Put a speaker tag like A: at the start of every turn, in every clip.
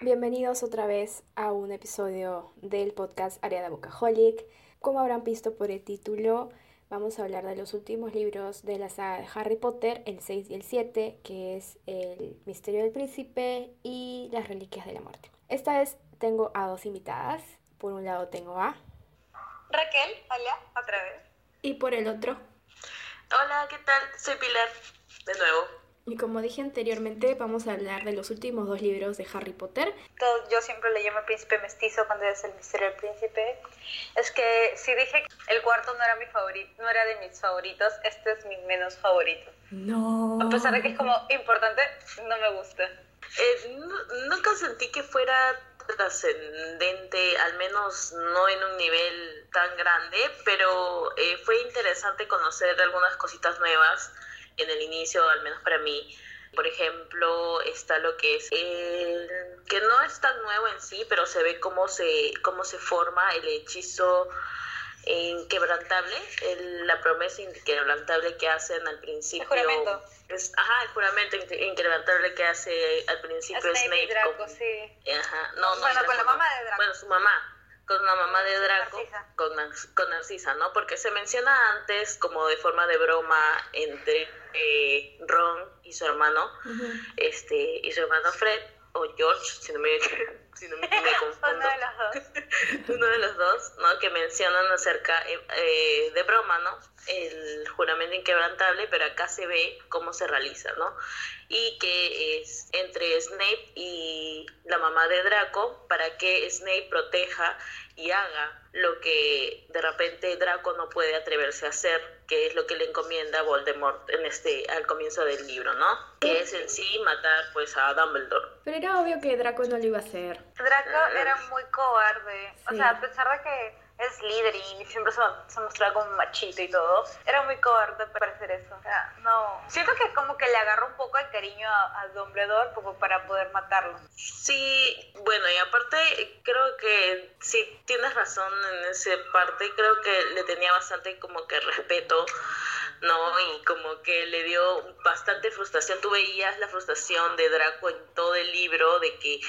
A: Bienvenidos otra vez a un episodio del podcast Ariada Bocaholic. Como habrán visto por el título, vamos a hablar de los últimos libros de la saga de Harry Potter, el 6 y el 7, que es El Misterio del Príncipe y Las Reliquias de la Muerte. Esta vez tengo a dos invitadas. Por un lado tengo a...
B: Raquel, hola, otra vez.
A: Y por el otro...
C: Hola, ¿qué tal? Soy Pilar, de nuevo.
A: Y como dije anteriormente, vamos a hablar de los últimos dos libros de Harry Potter.
B: Todo- yo siempre le llamo príncipe mestizo cuando es el misterio del príncipe. Es que si dije que el cuarto no era mi favorito, no era de mis favoritos, este es mi menos favorito.
A: No.
B: A pesar de que es como importante, no me gusta.
C: Eh, nu- nunca sentí que fuera trascendente, al menos no en un nivel tan grande, pero eh, fue interesante conocer algunas cositas nuevas en el inicio, al menos para mí. Por ejemplo, está lo que es el que no es tan nuevo en sí, pero se ve cómo se cómo se forma el hechizo inquebrantable, el- la promesa inquebrantable que hacen al principio.
B: juramento.
C: Es- ajá, el juramento inque- inquebrantable que hace al principio
B: Snape, y Draco,
C: con-
B: sí.
C: Ajá, no, no,
B: Bueno, con la
C: Draco no.
B: mamá de Draco.
C: Bueno, su mamá, con la mamá de Draco,
B: Narcisa.
C: Con, Nar- con Narcisa, ¿no? Porque se menciona antes como de forma de broma entre eh, Ron y su hermano, este, y su hermano Fred, o George, si no me, si no me, me confundo
B: Uno de los dos.
C: uno de los dos, ¿no? Que mencionan acerca eh, eh, de broma, ¿no? El juramento inquebrantable, pero acá se ve cómo se realiza, ¿no? Y que es entre Snape y la mamá de Draco para que Snape proteja y haga lo que de repente Draco no puede atreverse a hacer, que es lo que le encomienda Voldemort en este al comienzo del libro, ¿no? Que es en sí matar pues a Dumbledore.
A: Pero era obvio que Draco no lo iba a hacer.
B: Draco era muy cobarde. O
A: Sí.
B: sea, a pesar de que es líder y siempre se, se mostraba como machito y todo, era muy cobarde para hacer eso. O sea, no. Siento que como que le agarró un poco el cariño a, a Dumbledore como para poder matarlo.
C: Sí, bueno, y aparte creo que sí tienes razón en esa parte, creo que le tenía bastante como que respeto, ¿no? Y como que le dio bastante frustración, tú veías la frustración de Draco en todo el libro, de que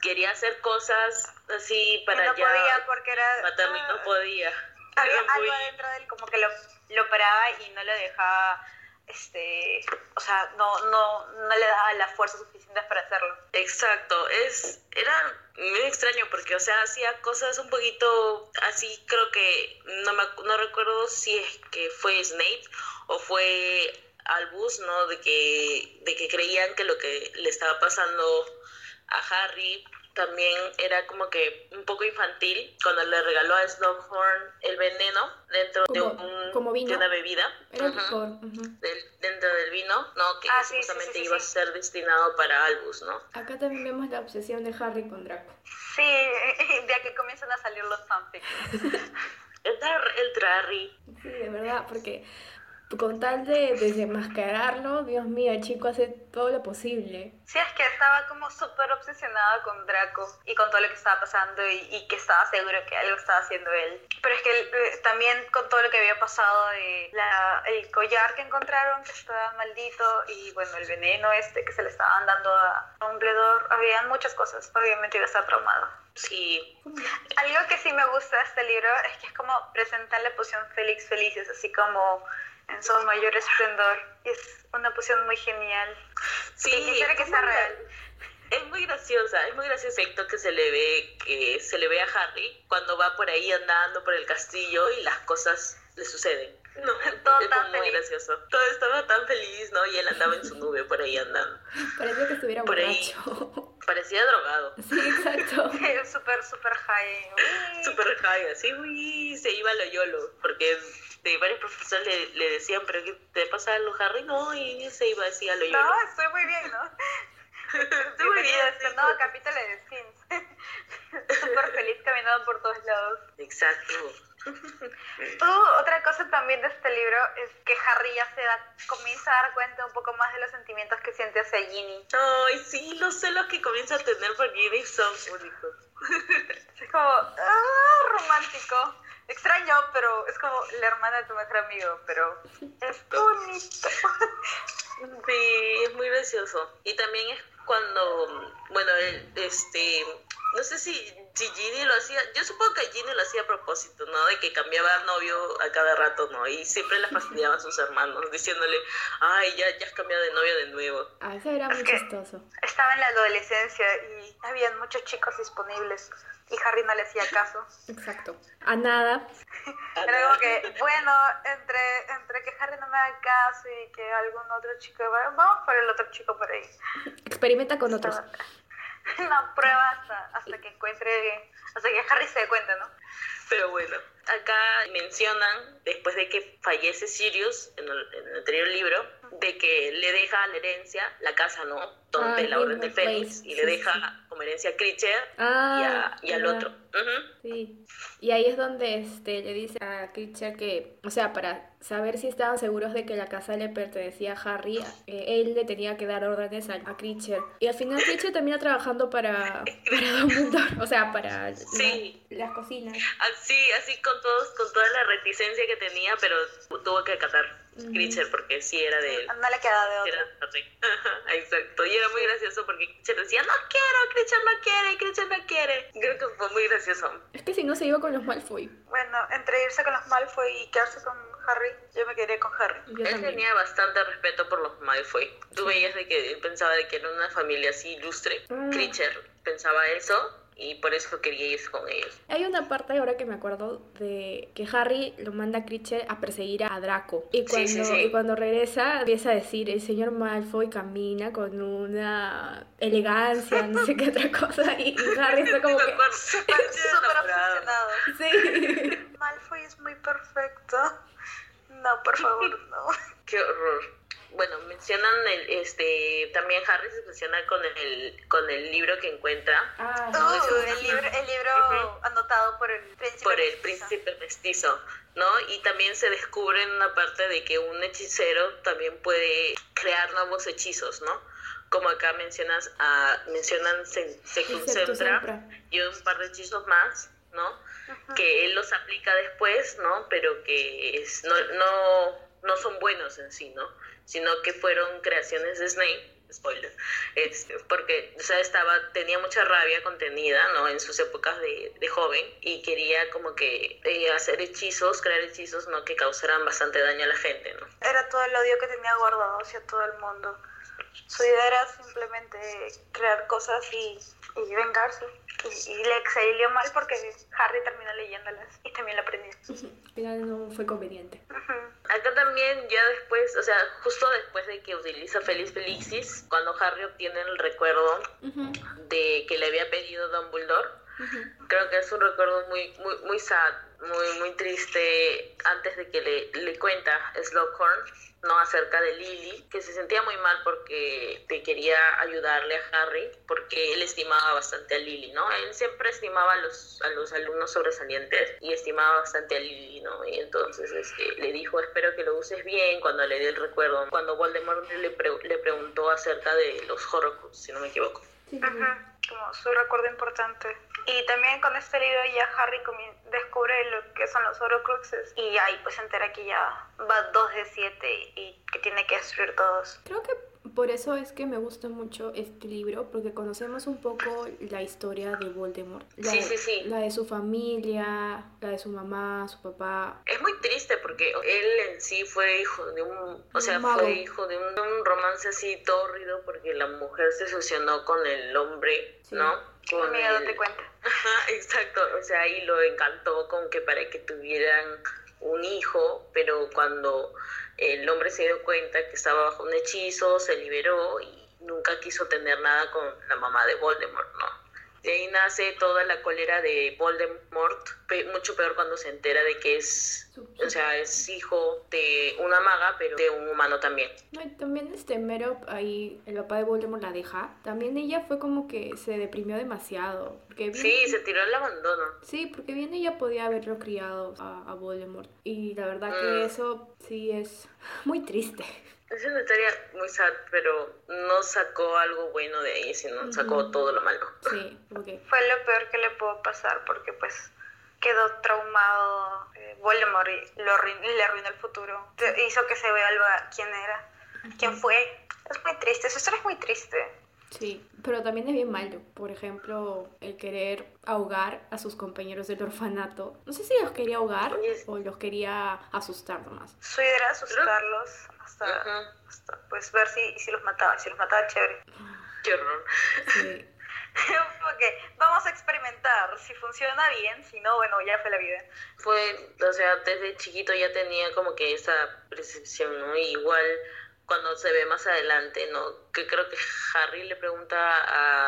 C: quería hacer cosas así para
B: Y no
C: ya
B: podía porque era...
C: matarme, y no podía.
B: Había
C: Era muy-
B: algo adentro de él como que lo, lo paraba y no lo dejaba, este, o sea, no, no, no le daba las fuerzas suficientes para hacerlo.
C: Exacto, es era muy extraño porque, o sea, hacía cosas un poquito así, creo que no me acu- no recuerdo si es que fue Snape o fue Albus, ¿no? De que de que creían que lo que le estaba pasando a Harry también era como que un poco infantil cuando le regaló a Slughorn el veneno dentro de
A: Como-
C: un
A: como vino.
C: de una bebida.
A: Era el
C: Ujú
A: licor. ujú.
C: del- dentro del vino, no, que
B: Ah, sí, sí, sí,
C: supuestamente
B: sí,
C: iba
B: sí.
C: a ser destinado para Albus, ¿no?
A: Acá también vemos la obsesión de Harry con Draco.
B: Sí, de aquí comienzan a salir los fanfics.
C: El, tar- el trarri.
A: Sí, de verdad, porque con tal de desenmascararlo, Dios mío, el chico hace todo lo posible.
B: Sí, es que estaba como súper obsesionada con Draco y con todo lo que estaba pasando y, y que estaba seguro que algo estaba haciendo él. Pero es que él, eh, también con todo lo que había pasado de la, el collar que encontraron que estaba maldito y bueno, el veneno este que se le estaban dando a Dumbledore, habían muchas cosas, obviamente iba a estar traumado.
C: Sí,
B: Algo que sí me gusta de este libro es que es como presentar la poción Félix Felices, así como en su mayor esplendor. Y es una poción muy genial.
C: sí.
B: que quisiera que
C: es
B: sea
C: muy-
B: real.
C: Es muy graciosa, es muy gracioso el efecto que se le ve, que se le ve a Harry cuando va por ahí andando por el castillo y las cosas le suceden. No,
B: Todo
C: es
B: tan
C: muy
B: feliz.
C: gracioso. Todo estaba tan feliz, ¿no? Y él andaba en su nube por ahí andando.
A: Parecía que estuviera
C: Por ahí.
A: borracho.
C: Parecía drogado.
A: Sí, exacto.
B: Sí, Súper, súper high. Uy.
C: Súper high, así, uy, se iba a lo yolo, porque de varios profesores le, le decían, pero ¿qué te pasa algo, Harry? No, y él se iba así a lo yolo.
B: No, estoy muy bien, ¿no?
C: Estoy muy
B: Bienvenido a
C: bien,
B: este
C: sí.
B: nuevo capítulo de Skins. Súper feliz caminando por todos lados.
C: Exacto.
B: Tú, otra cosa también de este libro es que Harry ya se da, comienza a dar cuenta un poco más de los sentimientos que siente hacia Ginny.
C: Ay, sí, los celos que comienza a tener por Giddy son únicos.
B: Es como, ah, romántico. Extraño, pero es como la hermana de tu mejor amigo, pero es bonito.
C: Sí, es muy gracioso. Y también es cuando, bueno, él, este, no sé si, si Ginny lo hacía, yo supongo que Ginny lo hacía a propósito, ¿no? De que cambiaba novio a cada rato, ¿no? Y siempre la fastidiaban sus hermanos, diciéndole, ay, ya, ya has cambiado de novio de nuevo.
A: Ah, eso era
B: Es
A: muy
B: que-
A: chistoso.
B: Estaba en la adolescencia y habían muchos chicos disponibles y Harry no le hacía caso.
A: Exacto. A nada.
B: Era como que, bueno, entre, entre que Harry no me haga caso y que algún otro chico, bueno, vamos por el otro chico por ahí.
A: Experimenta con otros.
B: No, prueba hasta, hasta que encuentre, hasta que Harry se dé cuenta, ¿no?
C: Pero bueno, acá mencionan, después de que fallece Sirius en el, en el anterior libro, de que le deja la herencia la casa, ¿no? Donde
A: Ah,
C: la Orden del
A: Gilmore
C: Fénix,
A: Place,
C: y
A: sí,
C: le deja como herencia a Critcher y,
A: Ah,
C: a- y al
A: ya.
C: otro. Ujú.
A: Sí. Y ahí es donde este, le dice a Critcher que, o sea, para saber si estaban seguros de que la casa le pertenecía a Harry, eh, él le tenía que dar órdenes a, a Critcher. Y al final Critcher termina trabajando para, para Dumbledore, o sea, para la-
C: Sí.
A: las cocinas.
C: Así, así con todos, con toda la reticencia que tenía, pero tuvo que acatar
A: Ujú.
C: Critcher porque sí era de él.
B: No le queda de otra.
C: Era Exacto, y era muy gracioso porque Critcher decía, no quiero, Critcher no quiere, Critcher no quiere. Creo que fue muy gracioso.
A: Es que si no se iba con los Malfoy.
B: Bueno, entre irse con los Malfoy y quedarse con Harry, yo me quedé con Harry.
A: Yo
C: él
A: también.
C: tenía bastante respeto por los Malfoy. Tú veías de que él pensaba de que era una familia así ilustre.
A: Mm.
C: Critcher pensaba eso y por eso quería irse con ellos.
A: Hay una parte ahora que me acuerdo de que Harry lo manda a Critcher a perseguir a Draco. Y cuando,
C: Sí, sí, sí.
A: y cuando regresa empieza a decir, el señor Malfoy camina con una elegancia, no sé qué otra cosa. Y, y Harry está como
C: Me
A: que...
C: acuerdo.
B: Súper
C: Estoy enamorado.
B: obsesionado.
A: Sí.
B: Malfoy es muy perfecto. No, por favor, no.
C: Qué horror. Bueno, mencionan el, este, también Harry se menciona con el, con el libro que encuentra
A: Ah,
C: no, eso
B: Uh,
C: es
B: el
C: una-
B: libro, el libro
C: Ujú.
B: anotado por el príncipe.
C: por el
B: mestizo.
C: príncipe mestizo, ¿no? Y también se descubre en una parte de que un hechicero también puede crear nuevos hechizos, ¿no? Como acá mencionas, a, mencionan se, se concentra y un par de hechizos más, ¿no?
B: Ujú.
C: Que él los aplica después, ¿no? Pero que es- no, no, no son buenos en sí, ¿no? Sino que fueron creaciones de Snape, spoiler, este, porque o sea, estaba, tenía mucha rabia contenida, ¿no? En sus épocas de, de joven y quería como que eh, hacer hechizos, crear hechizos, ¿no? Que causaran bastante daño a la gente, ¿no?
B: Era todo el odio que tenía guardado hacia todo el mundo. Su idea era simplemente crear cosas y, y vengarse. Y, y le salió mal porque Harry terminó leyéndolas y también la aprendió.
A: Al final no fue conveniente.
B: Ujú.
C: Acá también ya después, o sea, justo después de que utiliza Feliz Felicis, cuando Harry obtiene el recuerdo de que le había pedido Dumbledore, creo que es un recuerdo muy muy muy sad muy muy triste antes de que le, le cuenta Slughorn no acerca de Lily que se sentía muy mal porque te quería ayudarle a Harry porque él estimaba bastante a Lily no él siempre estimaba a los a los alumnos sobresalientes y estimaba bastante a Lily no y entonces este, le dijo espero que lo uses bien cuando le di el recuerdo cuando Voldemort le, pre- le preguntó acerca de los Horrocrux si no me equivoco
B: Ajá, como su recuerdo importante. Y también con este libro ya Harry comien- descubre lo que son los Horrocruxes y ahí pues se entera que ya va 2 de 7 y que tiene que destruir todos.
A: Creo que por eso es que me gusta mucho este libro, porque conocemos un poco la historia de Voldemort. La,
C: Sí, sí, sí.
A: La de su familia, la de su mamá, su papá.
C: Es muy triste porque él en sí fue hijo de un, o sea,
A: Un mago.
C: fue hijo de un, de un romance así tórrido porque la mujer se fusionó con el hombre,
A: Sí.
C: ¿no? Con
B: Amiga,
C: el-
B: date cuenta.
C: Ajá, exacto, o sea, y lo encantó con que para que tuvieran un hijo, pero cuando el hombre se dio cuenta que estaba bajo un hechizo, se liberó y nunca quiso tener nada con la mamá de Voldemort, ¿no? De ahí nace toda la cólera de Voldemort, pe- mucho peor cuando se entera de que es,
A: Su-
C: o sea, es hijo de una maga, pero de un humano también.
A: No, y también este Mero, ahí el papá de Voldemort la deja. También ella fue como que se deprimió demasiado. Porque bien-
C: Sí, se tiró al abandono.
A: Sí, porque bien ella podía haberlo criado a, a Voldemort. Y la verdad que
C: Mm.
A: eso sí es muy triste.
C: Es una historia muy sad, pero no sacó algo bueno de ahí, sino sacó
A: Ujú.
C: todo lo malo.
A: Sí, porque
B: Fue lo peor que le pudo pasar porque pues quedó traumado eh, Voldemort y lo arruin- le arruinó el futuro. Te- Hizo que se vea algo a quién era, quién fue. Es muy triste, su historia es muy triste.
A: Sí, pero también es bien malo. Por ejemplo, el querer ahogar a sus compañeros del orfanato. No sé si los quería ahogar
C: Oye.
A: o los quería asustar nomás.
B: Su idea era asustarlos hasta,
C: Ajá.
B: hasta, pues ver si, si los mataba. Si los mataba, chévere.
C: Qué horror.
A: Sí.
B: Porque vamos a experimentar. Si funciona bien, si no, bueno, ya fue la vida.
C: Fue, o sea, desde chiquito ya tenía como que esa percepción, ¿no? Y igual cuando se ve más adelante, ¿no? Que creo que Harry le pregunta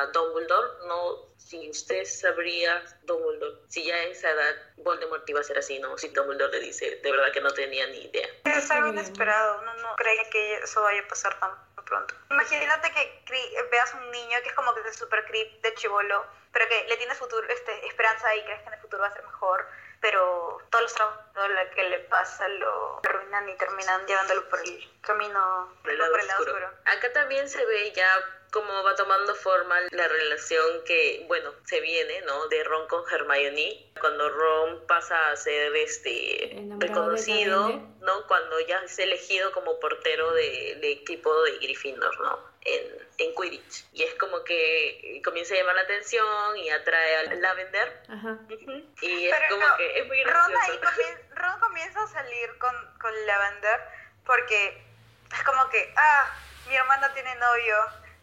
C: a Dumbledore, ¿no? Si usted sabría, Dumbledore, si ya a esa edad Voldemort iba a ser así, ¿no? Si Dumbledore le dice, de verdad que no tenía ni idea.
B: Es algo
A: Muy bien.
B: inesperado, uno no creía que eso vaya a pasar tan pronto. Imagínate que cri- veas un niño que es como que es super creep de chivolo, pero que le tienes futuro, este, esperanza y crees que en el futuro va a ser mejor, pero todos los traumas todo lo que le pasa lo arruinan y terminan llevándolo por el camino,
C: por el lado oscuro. Acá también se ve ya cómo va tomando forma la relación que, bueno, se viene, ¿no? De Ron con Hermione, cuando Ron pasa a ser este
A: Enamorado de
C: reconocido,
A: Hermione.
C: ¿no? Cuando ya es elegido como portero de- del equipo de Gryffindor, ¿no? En, en Quidditch. Y es como que comienza a llamar la atención y atrae al Lavender.
A: Ajá.
C: Y es
B: Pero
C: como
B: no,
C: que es muy
B: Ron, ahí
C: gracioso.
B: comien- Ron comienza a salir con, con Lavender porque es como que, ah, mi hermana tiene novio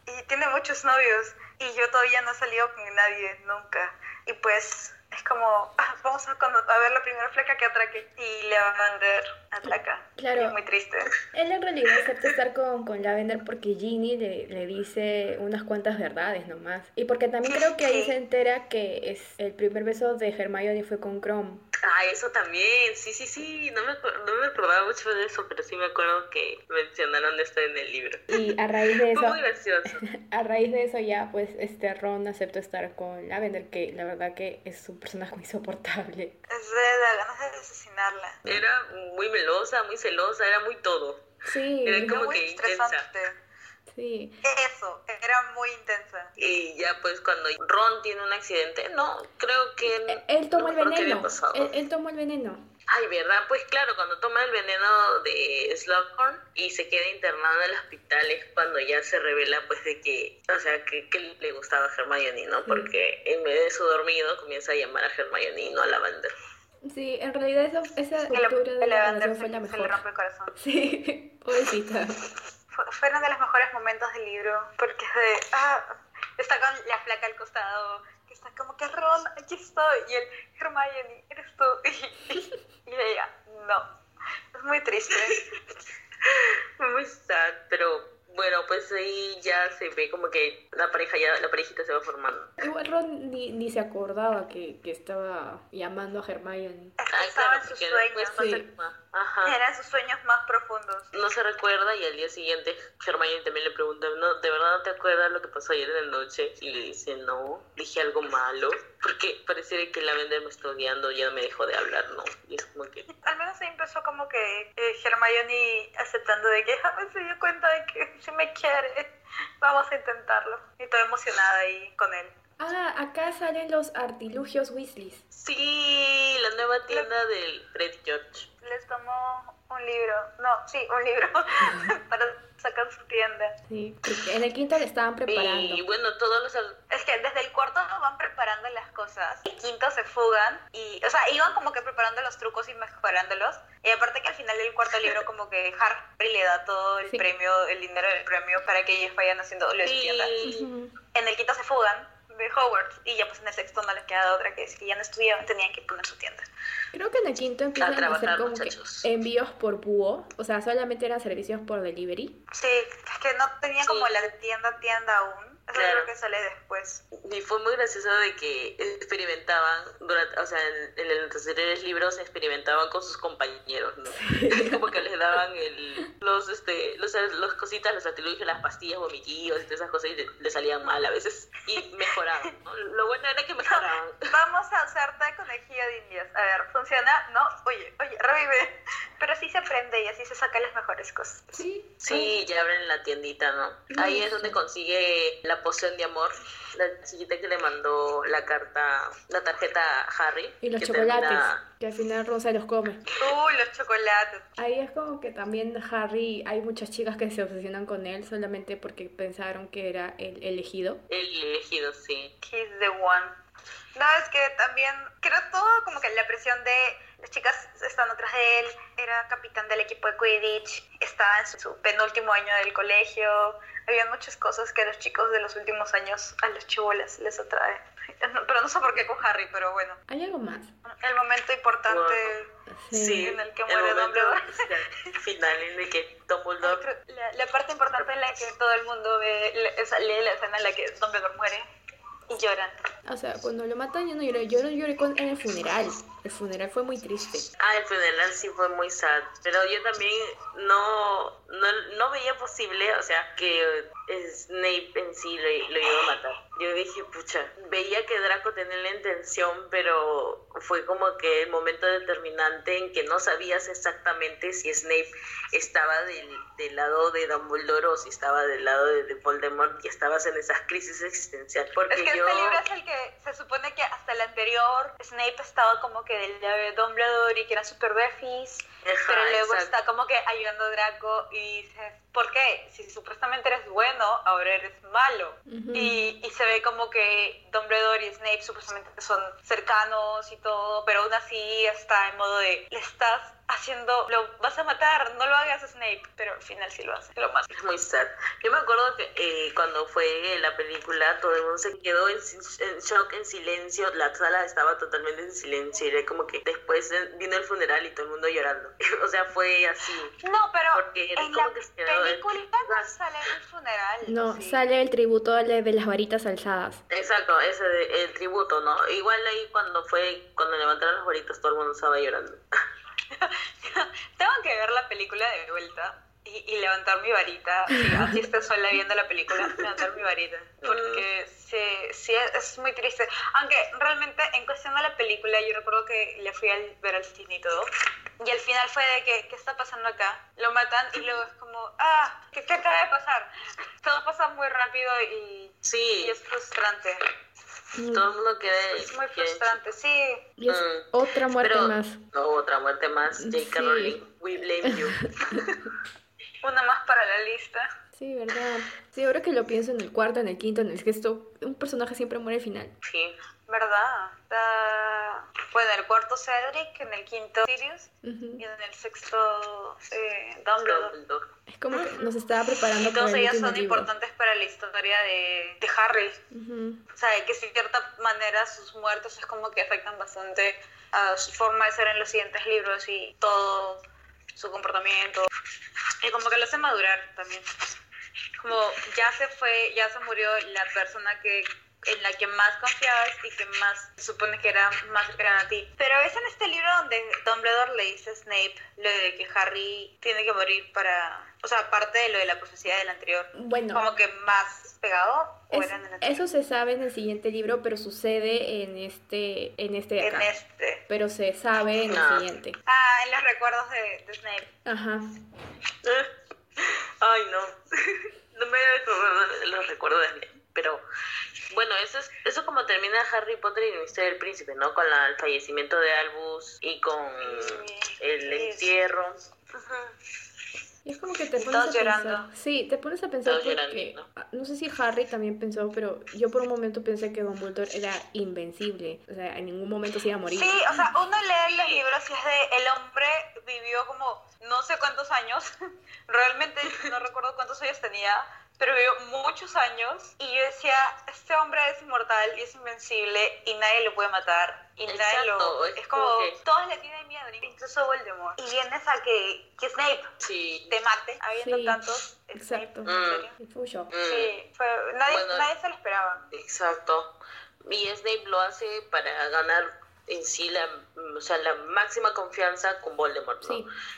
B: y tiene muchos novios y yo todavía no he salido con nadie nunca. Y pues es como, ah, vamos a, cuando- a ver la primera flaca que atraque y Lavender atraca.
A: Claro.
B: Y es muy triste.
A: Él en realidad acepta estar con, con Lavender porque Ginny le, le dice unas cuantas verdades nomás. Y porque también creo que ahí se entera que es el primer beso de Hermione fue con Chrome.
C: Ah, eso también, sí, sí, sí, no me, acu- no me acordaba mucho de eso, pero sí me acuerdo que mencionaron esto en el libro.
A: Y a raíz de eso,
C: Fue muy gracioso.
A: a raíz de eso ya pues este Ron aceptó estar con Lavender, que la verdad que es un personaje insoportable.
B: Es de la ganas de asesinarla.
C: Era muy melosa, muy celosa, era muy todo.
A: Sí,
C: Era
B: Era
C: Como
B: muy
C: que
B: estresante.
A: sí.
B: Eso, era muy intensa.
C: Y ya pues cuando Ron tiene un accidente, no, creo
A: Él,
C: que...
A: él tomó
C: no
A: el
C: creo que había
A: veneno.
C: pasado.
A: Él, él tomó el veneno.
C: Ay, ¿verdad? Pues claro, cuando toma el veneno de Slughorn y se queda internado en el hospital es cuando ya se revela pues de que, o sea, que, que le gustaba a Hermione, ¿no? Porque en vez de su dormido comienza a llamar a Hermione y no a Lavander.
A: Sí, en realidad eso, esa
B: Que la-
A: ruptura de la
B: Lavender
A: relación
B: se,
A: fue la
B: se le
A: mejor.
B: rompe el corazón.
A: Sí, pobrecita.
B: Fu- fueron de los mejores momentos del libro, porque es de, ah, está con la flaca al costado, que está como que Ron, aquí estoy, y él, Hermione, eres tú, y, y ella, no, es muy triste.
C: Muy sad, pero bueno, pues ahí ya se ve como que la pareja ya, la parejita se va formando.
A: Igual Ron ni, ni se acordaba que, que estaba llamando a Hermione.
B: Estaba en sus
C: Ah, porque después
B: sueños,
A: Sí.
C: pasa- Ajá.
B: eran sus sueños más profundos.
C: No se recuerda y al día siguiente Hermione también le pregunta, no, ¿de verdad no te acuerdas lo que pasó ayer en la noche? Y le dice, no, dije algo malo, porque parece que la vender me está odiando, ya me dejó de hablar, ¿no? Y es como que,
B: Al menos ahí empezó como que eh, Hermione aceptando de que "Ah, se dio cuenta de que si me quiere, vamos a intentarlo. Y toda emocionada ahí con él.
A: Ah, acá salen los artilugios Weasleys.
C: sí, la nueva tienda del Fred George.
B: Les tomó un libro, no, sí, un libro para sacar su tienda.
A: Sí, porque en el quinto le estaban preparando.
C: Y bueno, todos los... ar-
B: Es que desde el cuarto van preparando las cosas. El quinto se fugan y, o sea, iban como que preparando los trucos y mejorándolos. Y aparte que al final del cuarto libro como que Harry le da todo el
A: Sí.
B: premio, el dinero del premio para que ellos vayan haciendo lo de su tienda.
C: Sí.
A: Ujú.
B: En el quinto se fugan de Hogwarts y ya pues en el sexto no les queda otra que es que ya no estudiaban, tenían que poner su tienda.
A: Creo que en el quinto empiezan a, hacer
C: trabajar,
A: como
C: muchachos.
A: que envíos por búho. O sea, solamente eran servicios por delivery.
B: Sí, es que no tenían
C: Sí.
B: como la tienda tienda aún. Eso es
C: Claro.
B: lo que sale después.
C: Y fue muy gracioso de que experimentaban, durante, o sea, en, en los anteriores libros experimentaban con sus compañeros, ¿no? Como que les daban el, los, este, los, los cositas, los artilugios, las pastillas, vomitivos y todas esas cosas y le, le salían mal a veces y mejoraban, ¿no? Lo bueno era que mejoraban.
B: Vamos a usarte conejillo de indias. A ver, ¿funciona? No. Oye, oye, revive. Pero así se aprende y así se sacan las mejores cosas.
A: Sí.
C: Sí, ya abren la tiendita, ¿no? Ahí es donde consigue la poción de amor, la chiquita que le mandó la carta, la tarjeta a Harry.
A: Y los
C: que
A: chocolates,
C: termina-
A: que al final Rosa los come.
B: Uh, los chocolates.
A: Ahí es como que también Harry, hay muchas chicas que se obsesionan con él solamente porque pensaron que era el elegido.
C: El elegido, sí.
B: He's the one. No, es que también, creo todo como que la presión de las chicas están atrás de él, era capitán del equipo de Quidditch, estaba en su, su penúltimo año del colegio, había muchas cosas que a los chicos de los últimos años, a los chibolas les atrae. Pero no sé por qué con Harry, pero bueno,
A: Hay algo más.
B: el momento importante,
C: Sí,
B: En el que muere
C: momento
B: Dumbledore.
C: final- final en el que Dumbledore
B: creo- la, la parte importante en la que todo el mundo ve, le- esa- lee la escena en la que Dumbledore muere y lloran.
A: O sea, cuando lo matan yo no lloré, yo no lloré con, en el funeral. El funeral fue muy triste.
C: Ah, el funeral sí fue muy sad, pero yo también no, no, no veía posible, o sea, que eh, Snape en sí lo, lo iba a matar. Yo dije, pucha, veía que Draco tenía la intención, pero fue como que el momento determinante en que no sabías exactamente si Snape estaba del, del lado de Dumbledore o si estaba del lado de, de Voldemort y estabas en esas crisis existenciales. Porque
B: Es que
C: yo...
B: este libro es el que se supone que hasta el anterior Snape estaba como que del lado de Dumbledore y que eran super befis,
C: Ajá,
B: pero luego
C: exacto.
B: está como que ayudando a Draco y dices, ¿por qué? Si supuestamente eres bueno, ahora eres malo.
A: Ujú.
B: y, y se ve como que Dumbledore y Snape supuestamente son cercanos y todo, pero aún así está en modo de, le estás haciendo, lo vas a matar, no lo hagas Snape, pero al final sí lo hace, lo mata.
C: Es muy sad. Yo me acuerdo que eh, cuando fue la película, todo el mundo se quedó en, sin- en shock, en silencio. La sala estaba totalmente en silencio. Y era como que después eh, vino el funeral y todo el mundo llorando. o sea, fue así.
B: No, pero
C: Porque era
B: en
C: como
B: la
C: que se quedó en-
B: película no sale el funeral.
A: No,
B: sí.
A: sale el tributo de, de las varitas alzadas.
C: Exacto, ese de- el tributo, ¿no? Igual ahí cuando fue, cuando levantaron los bolitos, todo el mundo estaba llorando.
B: Tengo que ver la película de vuelta y, y levantar mi varita. y Así esté sola viendo la película, levantar mi varita. Porque sí, sí es, es muy triste. Aunque realmente en cuestión de la película, yo recuerdo que le fui a ver al cine y todo. Y al final fue de que, ¿qué está pasando acá? Lo matan y luego es como, ah, ¿qué, qué acaba de pasar? Todo pasa muy rápido y,
C: Sí,
B: y es frustrante.
A: Mm,
C: todo el mundo quedó.
B: Es muy frustrante, sí.
A: Y es
C: Mm.
A: otra muerte
C: Pero-
A: más.
C: No, otra muerte más. J.K.
A: Sí.
C: Rowling, we blame you.
B: Una más para la lista.
A: Sí, ¿verdad? Sí, ahora que lo pienso en el cuarto, en el quinto, en el sexto, un personaje siempre muere al final.
C: sí.
B: ¿Verdad? Está... Bueno, en el cuarto Cedric, en el quinto Sirius
A: Ujú.
B: y en el sexto eh, Dumbledore.
C: Dumbledore.
A: Es como que nos estaba preparando para
B: Todos
A: el
B: ellos
A: último
B: son
A: libro.
B: importantes para la historia de, de Harry.
A: Ujú.
B: O sea, que de cierta manera sus muertos es como que afectan bastante a su forma de ser en los siguientes libros y todo su comportamiento. Y como que lo hace madurar también. Como ya se fue, ya se murió la persona que en la que más confiabas y que más se supone que era más cercana a ti. Pero es en este libro donde Dumbledore le dice a Snape lo de que Harry tiene que morir para... O sea, aparte de lo de la profecía del anterior.
A: Bueno,
B: Como que más pegado. o
A: es-
B: era en el anterior?
A: eso se sabe en el siguiente libro, pero sucede en este, en este de
B: En
A: acá.
B: este.
A: Pero se sabe en
C: Ah.
A: el siguiente.
B: Ah, en los recuerdos de, de Snape.
A: Ajá.
C: Ay, no. No me debe acordar de los recuerdos de Snape, Pero bueno, eso es eso como termina Harry Potter y el misterio del príncipe, ¿no? Con la- el fallecimiento de Albus y con Mm. el
B: Sí.
C: entierro.
A: Y es como que te pones
B: Y todos
A: a pensar.
B: llorando.
A: Sí, te pones a pensar
C: Todos
A: porque.
C: llorando,
A: ah, No sé si Harry también pensó, pero yo por un momento pensé que Dumbledore era invencible. O sea, en ningún momento se iba a morir.
B: Sí, o sea, uno lee los libros y es de el hombre vivió como no sé cuántos años, realmente no recuerdo cuántos años tenía, pero vivió muchos años y yo decía, este hombre es inmortal y es invencible y nadie lo puede matar. Y nadie lo...
C: Exacto,
B: Es,
C: es
B: como,
C: como que-
B: todos le tienen miedo, incluso Voldemort. Y vienes a que, que Snape
C: Sí.
B: te mate, habiendo
A: Sí,
B: tantos. Snape,
A: exacto.
B: ¿en serio?
A: Y Fue un shock.
C: Mm,
B: Sí, fue- nadie,
C: Bueno.
B: nadie se lo esperaba.
C: Exacto. Y Snape lo hace para ganar en sí la, o sea, la máxima confianza con Voldemort, ¿no?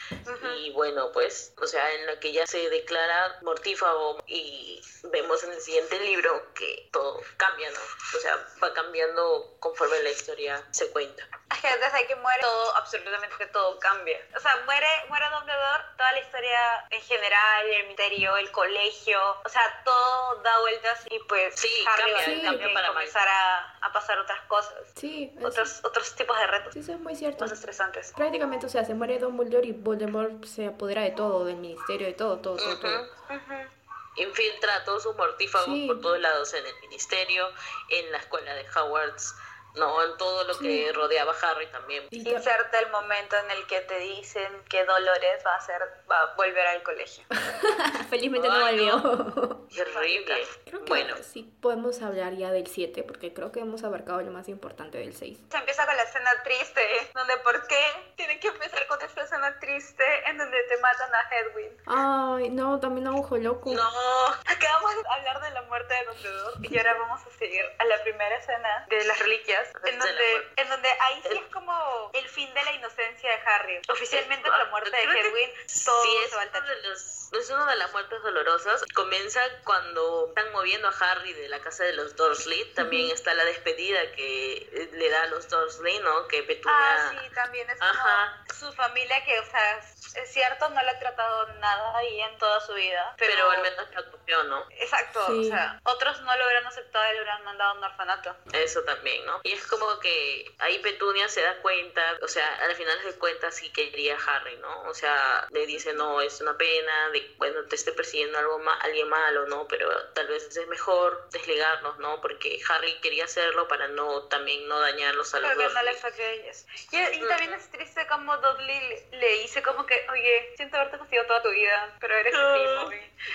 A: Sí.
C: Y bueno, pues, o sea, en la que ya se declara mortífago y vemos en el siguiente libro que todo cambia, ¿no? O sea, va cambiando conforme la historia se cuenta.
B: Es que desde que muere todo, absolutamente todo cambia. O sea, muere, muere Dumbledore, toda la historia en general, el misterio, el colegio, o sea, todo da vueltas y pues
C: Sí,
B: Harry
C: cambia,
B: va a tener
A: cambia
B: que
C: para mal.
B: comenzar a, a pasar otras cosas,
A: Sí, eso-
B: otros, otros tipos de retos
A: sí, eso es muy cierto.
B: más estresantes.
A: Prácticamente, o sea, se muere Dumbledore y Voldemort se apodera de todo, del ministerio, de todo, todo, todo, todo.
C: Ujú.
B: Ujú.
C: Infiltra a todos sus mortífagos
A: Sí.
C: por todos lados, en el ministerio, en la escuela de Hogwarts, no, en todo lo
A: Sí.
C: que rodeaba a Harry también.
A: Y ya-
B: Inserta el momento en el que te dicen que Dolores va a, ser, va a volver al colegio.
A: felizmente no
C: Ay, no.
A: volvió.
C: Terrible.
A: Creo que
C: Bueno,
A: sí podemos hablar ya del 7, porque creo que hemos abarcado lo más importante del 6.
B: Se empieza con la escena triste, donde ¿por qué? Tienen que empezar con esta escena triste en donde te matan a Hedwig.
A: Ay, no, también a Ojo Loco.
B: No, acabamos de hablar de la muerte de Dumbledore y ahora vamos a seguir a la primera escena de las reliquias,
C: De
B: en
C: la
B: donde,
C: muerte.
B: en donde ahí sí es como el fin de la inocencia de Harry. Oficialmente con la muerte de
C: ah, Creo que
B: Hedwig, todo
C: sí, es
B: se va al
C: una,
B: tacho.
C: de las- es una de las muertes dolorosas. Comienza cuando están moviendo a Harry de la casa de los Dursley. También está la despedida que eh, le da a los Dursley, ¿no? Que Petunia...
B: Ah, sí, también es como
C: Ajá.
B: su familia que, o sea, es cierto, no la ha tratado nada bien en toda su vida, pero,
C: pero... al menos la cogió, ¿no?
B: Exacto,
A: Sí.
B: o sea, otros no lo hubieran aceptado y lo hubieran mandado a un orfanato.
C: Eso también, ¿no? Y es como que ahí Petunia se da cuenta, o sea, al final de cuentas sí quería a Harry, ¿no? O sea, le dice, no, es una pena, de, bueno, te esté persiguiendo algo ma- alguien malo, ¿no? Pero tal vez es mejor desligarnos, ¿no? Porque Harry quería hacerlo para no, también no dañarlos a los
B: Porque
C: dos.
B: no le saqué a ellos. Y, y también es triste como Dudley le, le dice como que, oye, siento haberte conocido toda tu vida, pero eres mi
C: No.
B: primo.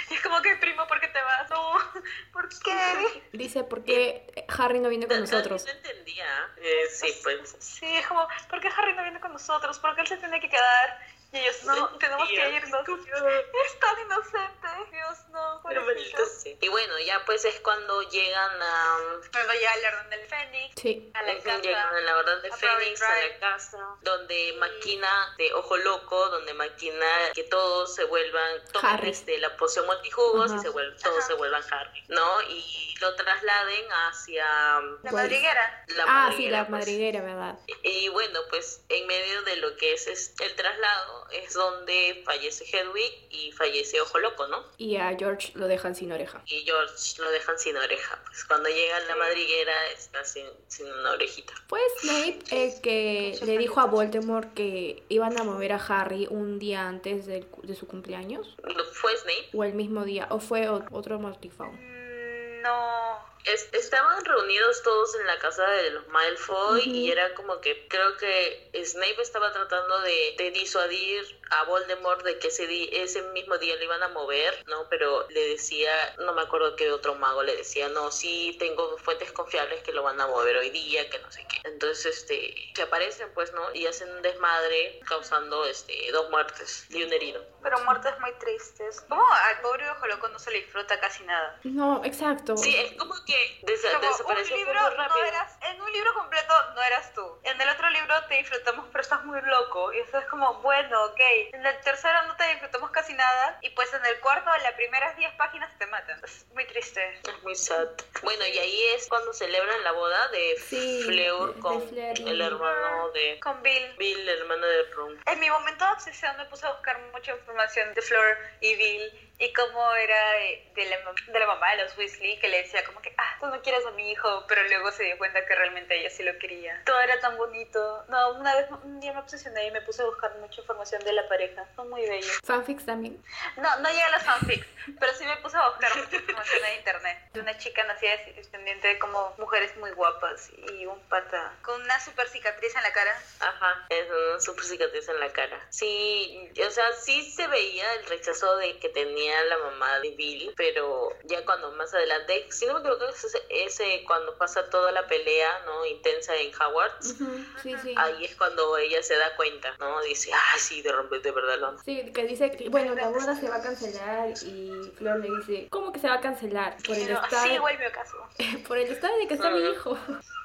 B: Y, y es como que primo, ¿por qué te vas? No, ¿por qué?
A: Dice, ¿por qué Harry no viene con nosotros?
C: No entendía. Eh, sí, pues.
B: Sí, es como, ¿por qué Harry no viene con nosotros? ¿Por qué él se tiene que quedar? Y ellos, no, tenemos que
C: Tía,
B: irnos. Es tan inocente. Dios, no,
C: Pero
B: pobrecito.
C: maldito sea. Y bueno, ya pues es cuando llegan a...
B: Luego ya el orden del Fénix,
A: Sí.
B: a la casa.
C: Llegan a la verdad de
B: a Private
C: Fénix, a
B: Drive.
C: la casa, donde maquina de ojo loco, donde maquina que todos se vuelvan, tomen
A: Harry.
C: este, la poción multijugos
A: Ajá.
C: y se vuelven, todos
B: Ajá.
C: se vuelvan Harry, ¿no? Y lo trasladen hacia
B: La
A: Pues-
B: madriguera.
C: la
A: ah, sí, la
C: pues.
A: madriguera, ¿verdad?
C: Y bueno, pues en medio de lo que es, es el traslado es donde fallece Hedwig y fallece Ojo Loco, ¿no?
A: Y a George lo dejan sin oreja.
C: Y George lo dejan sin oreja. Pues cuando llega a la
B: Sí.
C: madriguera está sin, sin una orejita.
A: Fue Pues Snape el que le dijo a Voldemort que iban a mover a Harry un día antes del cu- de su cumpleaños.
C: Fue Snape
A: O el mismo día, o fue o- otro mortífago.
B: Mm, No.
C: Es- estaban reunidos todos en la casa de los Malfoy
A: Ujú.
C: y era como que creo que Snape estaba tratando de, de disuadir a Voldemort de que ese, di- ese mismo día le iban a mover, ¿no? Pero le decía, no me acuerdo qué otro mago le decía, no, sí tengo fuentes confiables que lo van a mover hoy día, que no sé qué. Entonces, este, se aparecen pues, ¿no? Y hacen un desmadre causando, este, dos muertes y un herido.
B: Pero muertes muy tristes. ¿Cómo al ah, pobre ojo loco no se le disfruta casi nada?
A: No, exacto.
C: Sí, es como que desa-
B: Como
C: desapareció
B: un
C: muy
B: libro
C: rápido.
B: no eras, en un libro completo no eras tú. En el otro libro te disfrutamos, pero estás muy loco. Y eso es como, bueno, ok. En el tercero no te disfrutamos casi nada. Y pues en el cuarto, en las primeras 10 páginas te matan. Es muy triste.
C: Es muy sad. Bueno, y ahí es cuando celebran la boda de
A: Sí,
C: Fleur
A: de
C: con
A: Fleur y-
C: el hermano de
B: Con Bill.
C: Bill, el hermano de Ron.
B: En mi momento de obsesión me puse a buscar mucha información de Flor y Bill y cómo era de, de la, mam- de la mamá de los Weasley que le decía como que, ah, tú no quieres a mi hijo, pero luego se dio cuenta que realmente ella sí lo quería. Todo era tan bonito. No, una vez un día me obsesioné y me puse a buscar mucha información de la pareja. Son muy bellos.
A: Fanfics también.
B: No, no llegué a los fanfics, pero sí me puse a buscar mucha información en internet. De una chica nacida descendiente de como mujeres muy guapas y un pata con una super cicatriz en la cara.
C: Ajá, es una super cicatriz en la cara. Sí, o sea, sí se veía el rechazo de que tenía tenía la mamá de Bill, pero ya cuando más adelante, si no me equivoco, es ese, ese cuando pasa toda la pelea, ¿no? Intensa en Howard's,
A: Ujú, Sí, sí.
C: ahí es cuando ella se da cuenta, ¿no? Dice, ah, sí, de repente, ¿verdad? Lo
A: Sí, que dice que, bueno, la boda se va a cancelar y Flor le dice, ¿cómo que se va a cancelar? Por el
B: Pero así
A: estado,
B: vuelve a caso.
A: por el estado de que está mi hijo.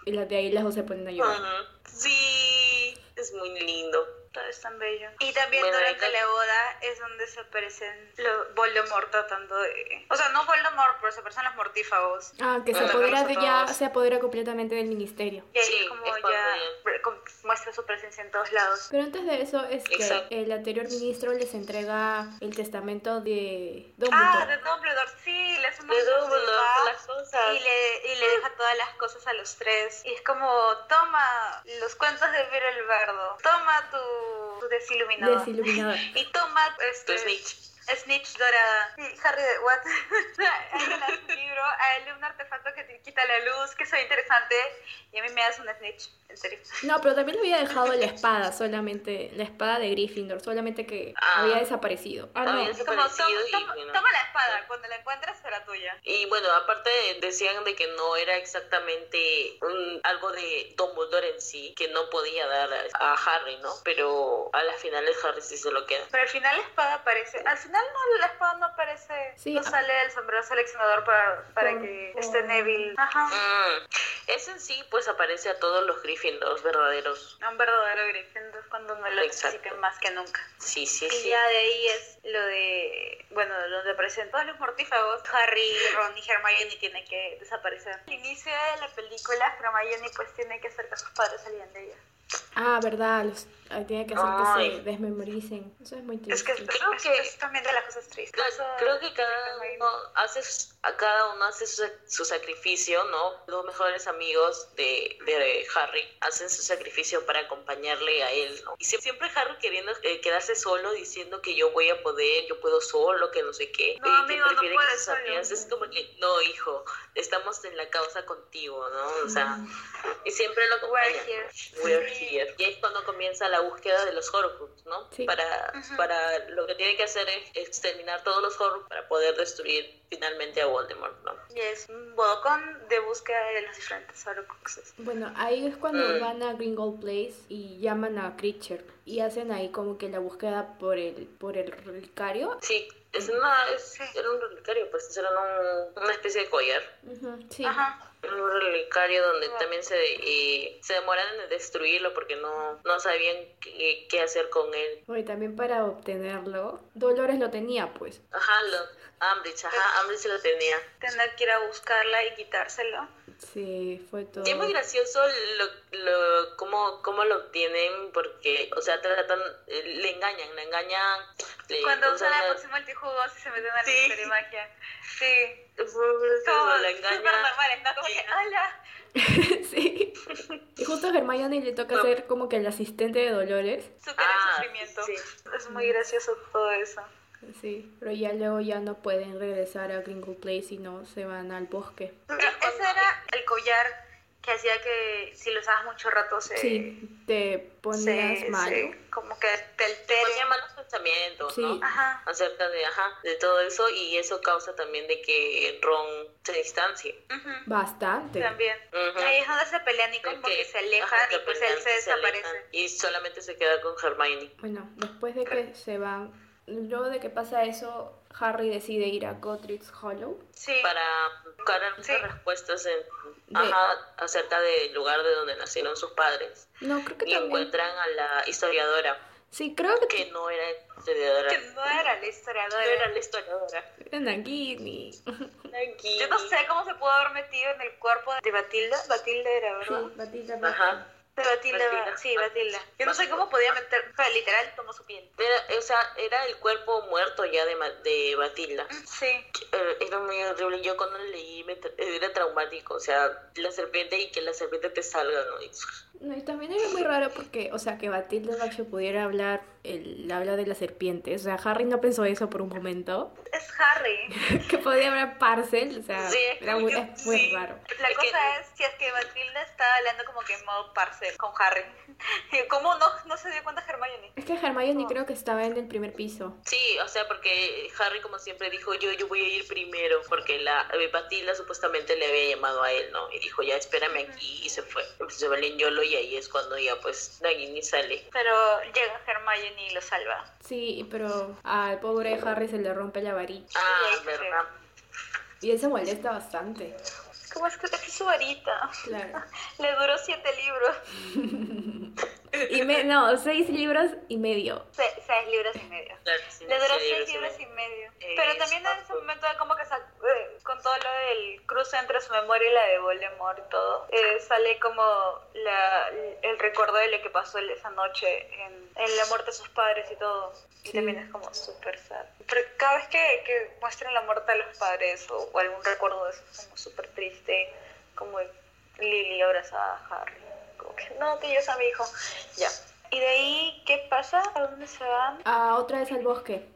A: Y las de ahí las dos se ponen a llorar.
C: Ujú. Sí, es muy lindo.
B: Todo es tan bello. Y también
C: Bueno,
B: durante
C: acá-
B: la boda es donde se aparecen los Voldemort tratando de... O sea, no Voldemort, pero se aparecen los mortífagos.
A: Ah, que se
B: Bueno,
A: apodera de
B: vamos a
A: ya,
B: todos.
A: se apodera completamente del ministerio.
B: Y ahí
C: Sí,
B: es como
C: es cuando
B: ya
C: ya-
B: pre- com- muestra su presencia en todos lados.
A: Pero antes de eso es que
C: Exacto.
A: el anterior ministro les entrega el testamento de
B: Ah, de
A: Dumbledore.
B: Dumbledore, sí, le hace un
C: De Dumbledore,
B: montón de
C: las cosas.
B: y le, y le deja todas las cosas a los tres. Y es como, toma los cuentos de Vero el Bardo, toma tu, tu desiluminador.
A: Desiluminador.
B: y toma este,
C: Tu snitch.
B: Snitch dorada. Y Harry de What? a él le das un libro, a él un artefacto que te quita la luz, que soy interesante. Y a mí me das un Snitch, en serio.
A: No, pero también le había dejado la espada, solamente la espada de Gryffindor, solamente que
C: Ah.
A: había desaparecido. Ah,
C: Había
A: no.
B: Es como, toma,
C: Desaparecido y
B: toma-
C: bueno.
B: toma la espada, cuando la encuentres será tuya.
C: Y bueno, aparte decían de que no era exactamente un- algo de Dumbledore en sí, que no podía dar a, a Harry, ¿no? Pero a las finales Harry sí se lo queda.
B: Pero al final la espada aparece. Al final no, la espada no aparece.
A: Sí,
B: no
A: ah.
B: sale del sombrero seleccionador para, para
A: Por-
B: que
A: por-
B: esté Neville. Ajá.
C: Mm. Ese en sí, pues aparece a todos los Gryffindors verdaderos.
B: Un verdadero Gryffindor cuando no lo
C: Exacto.
B: necesiten más que nunca.
C: Sí, sí,
B: Y
C: sí.
B: ya de ahí es lo de, bueno, donde aparecen todos los mortífagos. Harry, Ron y Hermione tienen que desaparecer. Al inicio de la película, Hermione pues tiene que hacer que sus padres salgan de ella.
A: Ah, verdad, los, ah, tiene que hacer que
C: Ay.
A: se desmemoricen. Eso es muy
B: Es
A: triste.
B: que creo
C: Creo
B: que
C: que-
B: es también de las cosas tristes.
C: Creo- Creo que cada
B: Hermione.
C: uno hace su- a cada uno hace su, su sacrificio, ¿no? Los mejores amigos de, de Harry hacen su sacrificio para acompañarle a él, ¿no? Y sie- siempre Harry queriendo eh, quedarse solo, diciendo que yo voy a poder, yo puedo solo, que no sé qué.
B: No,
C: y
B: amigo, no
C: que prefiere que
B: puedes
C: sus
B: solo.
C: amigas es como que, no, hijo, estamos en la causa contigo, ¿no? O sea, y siempre lo acompaña.
B: We're here.
C: We're
B: Sí.
C: here. Y ahí es cuando comienza la búsqueda de los Horcrux, ¿no?
A: Sí.
C: Para,
B: Ujú.
C: para lo que tiene que hacer es exterminar todos los Horcrux para poder destruir finalmente a Voldemort, ¿no?
B: Y es un bodocón de búsqueda de los diferentes Horcruxes.
A: Bueno, ahí es cuando
C: Mm.
A: van a Gringold Place y llaman a Creature y hacen ahí como que la búsqueda por el por el relicario.
C: Sí, es una, es-
B: Sí.
C: era un relicario, pues era un- una especie de collar.
A: Ujú, Sí.
B: Ajá.
C: Un relicario donde
B: Ah.
C: también se, y se demoraron en destruirlo porque no, no sabían qué, qué hacer con él.
A: Porque también para obtenerlo, Dolores lo tenía, pues.
C: Ajá, lo, Ambridge, ajá, Ambridge lo tenía.
B: Tener que ir a buscarla y quitárselo.
A: Sí, fue todo.
C: Y es muy gracioso lo, lo, cómo, cómo lo obtienen, porque, o sea, tratan, eh, le engañan, le engañan. Le
B: Cuando usan la
C: usan
B: poción multijugos y se meten a la
C: Sí.
B: misterio magia. Sí.
C: la-
B: Todos súper
C: la engañan.
B: normales, ¿no? Como que, hola.
A: sí. Y justo a Hermione le toca
C: No.
A: ser como que el asistente de Dolores.
B: Su cara de
C: Ah,
B: sufrimiento.
C: sí.
B: Es muy gracioso todo eso.
A: Sí. Pero ya luego ya no pueden regresar a Gringold Place, sino se van al bosque.
B: Ese era el collar que hacía que si lo usabas mucho rato se...
A: Sí, te ponías
B: se-
A: malo.
B: se- como que te
C: Ponía
B: altera.
C: malos pensamientos,
A: Sí.
C: ¿no?
B: Ajá.
C: Acerca de, ajá, de todo eso, y eso causa también de que Ron se distancie.
B: ujú,
A: Bastante.
B: También.
C: Ujú.
B: Ahí es donde se pelean y como
C: Porque,
B: que se
C: ajá,
B: alejan
C: que
B: y pues él se
C: pelean, alejan,
B: desaparece.
C: Y solamente se queda con Hermione.
A: Bueno, después de que se van, luego de que pasa eso, Harry decide ir a Godric's Hollow.
B: Sí.
C: para buscar algunas
B: Sí.
C: respuestas en, ajá, acerca del lugar de donde nacieron sus padres.
A: No, creo que
C: y
A: también.
C: encuentran a la historiadora,
A: Sí, creo que
C: que no era historiadora.
B: Que no era la historiadora.
C: No era la historiadora.
A: en Nagini.
C: Aquí.
B: Yo no sé cómo se pudo haber metido en el cuerpo de Batilda. Batilda era, ¿verdad?
A: Sí, Batilda
C: Ajá.
B: De Batilda,
C: Batilda.
B: sí, Batilda. Yo no sé cómo podía meter, o sea, literal tomó su piel.
C: Era, o sea, era el cuerpo muerto ya de, Ma- de Batilda.
B: Sí.
C: Eh, Era muy horrible. Yo cuando lo leí me tra- era traumático. O sea, la serpiente y que la serpiente te salga, ¿no? Y-
A: No, y también era muy raro porque, o sea, que Batilda Baxio pudiera hablar el habla de la serpiente. O sea, Harry no pensó eso por un momento.
B: es Harry.
A: que podía haber parcel, o sea,
C: Sí,
A: era muy,
C: yo-
A: es muy
C: sí.
A: raro.
B: La
C: Es que-
B: cosa es, si es que Matilda está hablando como que en modo parcel con Harry. Y ¿Cómo no, no se dio cuenta Hermione?
A: Es que Hermione creo que estaba en el primer piso.
C: Sí, o sea, porque Harry como siempre dijo, yo, yo voy a ir primero, porque la eh, Matilda supuestamente le había llamado a él, ¿no? Y dijo, ya espérame aquí, y se fue. Pues, Se va Yolo y ahí es cuando ya pues Nagini sale.
B: Pero llega Hermione y lo salva.
A: Sí, pero al pobre Harry se le rompe la varita.
C: Ah,
B: ahí se
C: verdad.
A: Y él se molesta bastante.
B: ¿Cómo es que es que su varita?
A: Claro.
B: Le duró siete libros.
A: Y me, no, seis libros y medio.
B: Se- seis libros y medio.
C: Claro, sí,
B: Le duró
C: sí,
B: seis
C: sí.
B: libros y medio.
C: Eh,
B: Pero también en ese
C: exacto.
B: momento como que sac- eh, con todo lo del cruce entre su memoria y la de Voldemort y todo, eh, sale como la, el recuerdo de lo que pasó esa noche en, en la muerte de sus padres y todo. Y
A: Sí.
B: también es como súper sad. Pero cada vez que, que muestran la muerte de los padres o, o algún recuerdo de eso es como súper triste, como Lily abrazada a Harry. Como que, no, que yo soy mi hijo. Ya. ¿Y de ahí qué pasa? ¿A dónde se van?
A: Ah, otra vez al bosque.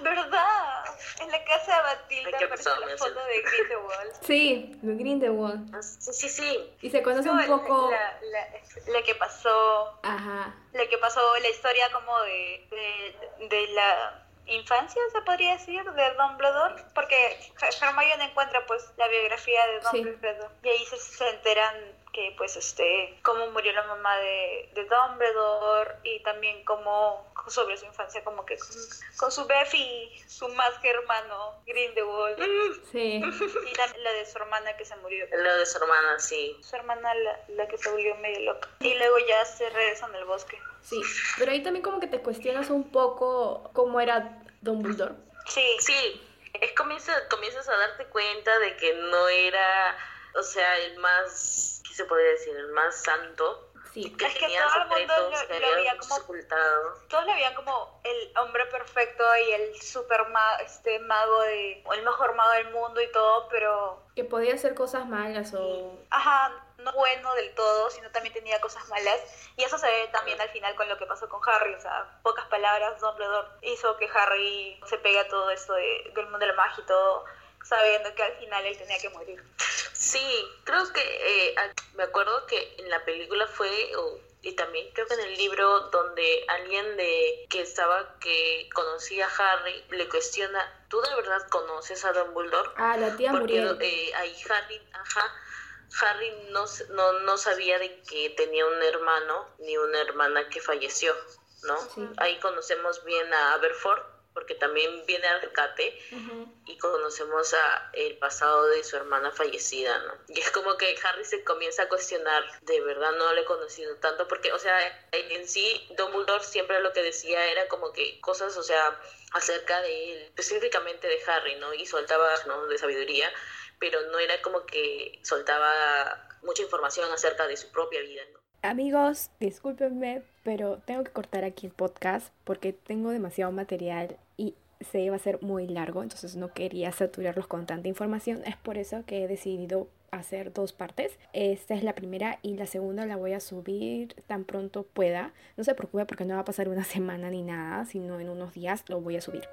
B: ¿Verdad? En la casa de Matilda
C: Ay, qué
B: apareció
C: pesado me
B: la
C: hace.
B: foto de Grindelwald.
A: Sí, Grindelwald.
C: Ah, Sí, sí, sí.
A: Y se conoce
B: No,
A: Pues un
B: el-
A: poco...
B: La, la- la que pasó,
A: Ajá.
B: la que pasó, la historia como de, de, de la infancia, se podría decir, de Dumbledore. Porque Her- Hermione encuentra pues la biografía de
A: Sí.
B: Dumbledore. Y ahí se, se enteran que pues este, cómo murió la mamá de, de Dumbledore y también cómo sobre su infancia como que con, con su Buffy, su más que hermano Grindelwald.
A: Sí.
B: Y también la de su hermana que se murió.
C: Mm. Lo de su hermana, sí.
B: Su hermana, la, la que se volvió medio loca. Y luego ya se regresan al bosque.
A: Sí. Pero ahí también como que te cuestionas un poco cómo era Dumbledore.
B: Sí,
C: Sí, es comienza, comienzas a darte cuenta de que no era, o sea, el más, ¿qué se podría decir? El más santo.
A: Sí.
C: Que
B: Es que
C: tenía
B: todo el mundo
C: secretos,
B: lo-
C: que
B: lo
C: había
B: veía como-
C: ocultado.
B: todos le veían como el hombre perfecto y el super ma- este mago de, o el mejor mago del mundo y todo, pero
A: Que podía hacer cosas malas o...
B: ajá, no bueno del todo, sino también tenía cosas malas. Y eso se ve también al final con lo que pasó con Harry. O sea, pocas palabras, Dumbledore hizo que Harry se pegue a todo esto de- del mundo de la magia y todo, sabiendo que al final él tenía que morir.
C: Sí, creo que eh, a- me acuerdo que en la película fue, o- y también creo que en el libro donde alguien de que estaba que conocía a Harry le cuestiona, ¿tú de verdad conoces a Dumbledore?
A: Ah, la tía
C: porque
A: murió.
C: eh, ahí Harry, ajá, Harry no, s- no, no sabía de que tenía un hermano ni una hermana que falleció, ¿no?
A: Sí.
C: Ahí conocemos bien a Aberford, porque también viene al rescate
A: Ujú.
C: y conocemos a el pasado de su hermana fallecida, ¿no? Y es como que Harry se comienza a cuestionar, de verdad no le he conocido tanto, porque, o sea, en sí, Dumbledore siempre lo que decía era como que cosas, o sea, acerca de él, específicamente de Harry, ¿no? Y soltaba, ¿no? De sabiduría, pero no era como que soltaba mucha información acerca de su propia vida, ¿no?
D: Amigos, discúlpenme, pero tengo que cortar aquí el podcast porque tengo demasiado material y se iba a hacer muy largo, entonces no quería saturarlos con tanta información. Es por eso que he decidido hacer dos partes. Esta es la primera y la segunda la voy a subir tan pronto pueda. No se preocupe porque no va a pasar una semana ni nada, sino en unos días lo voy a subir.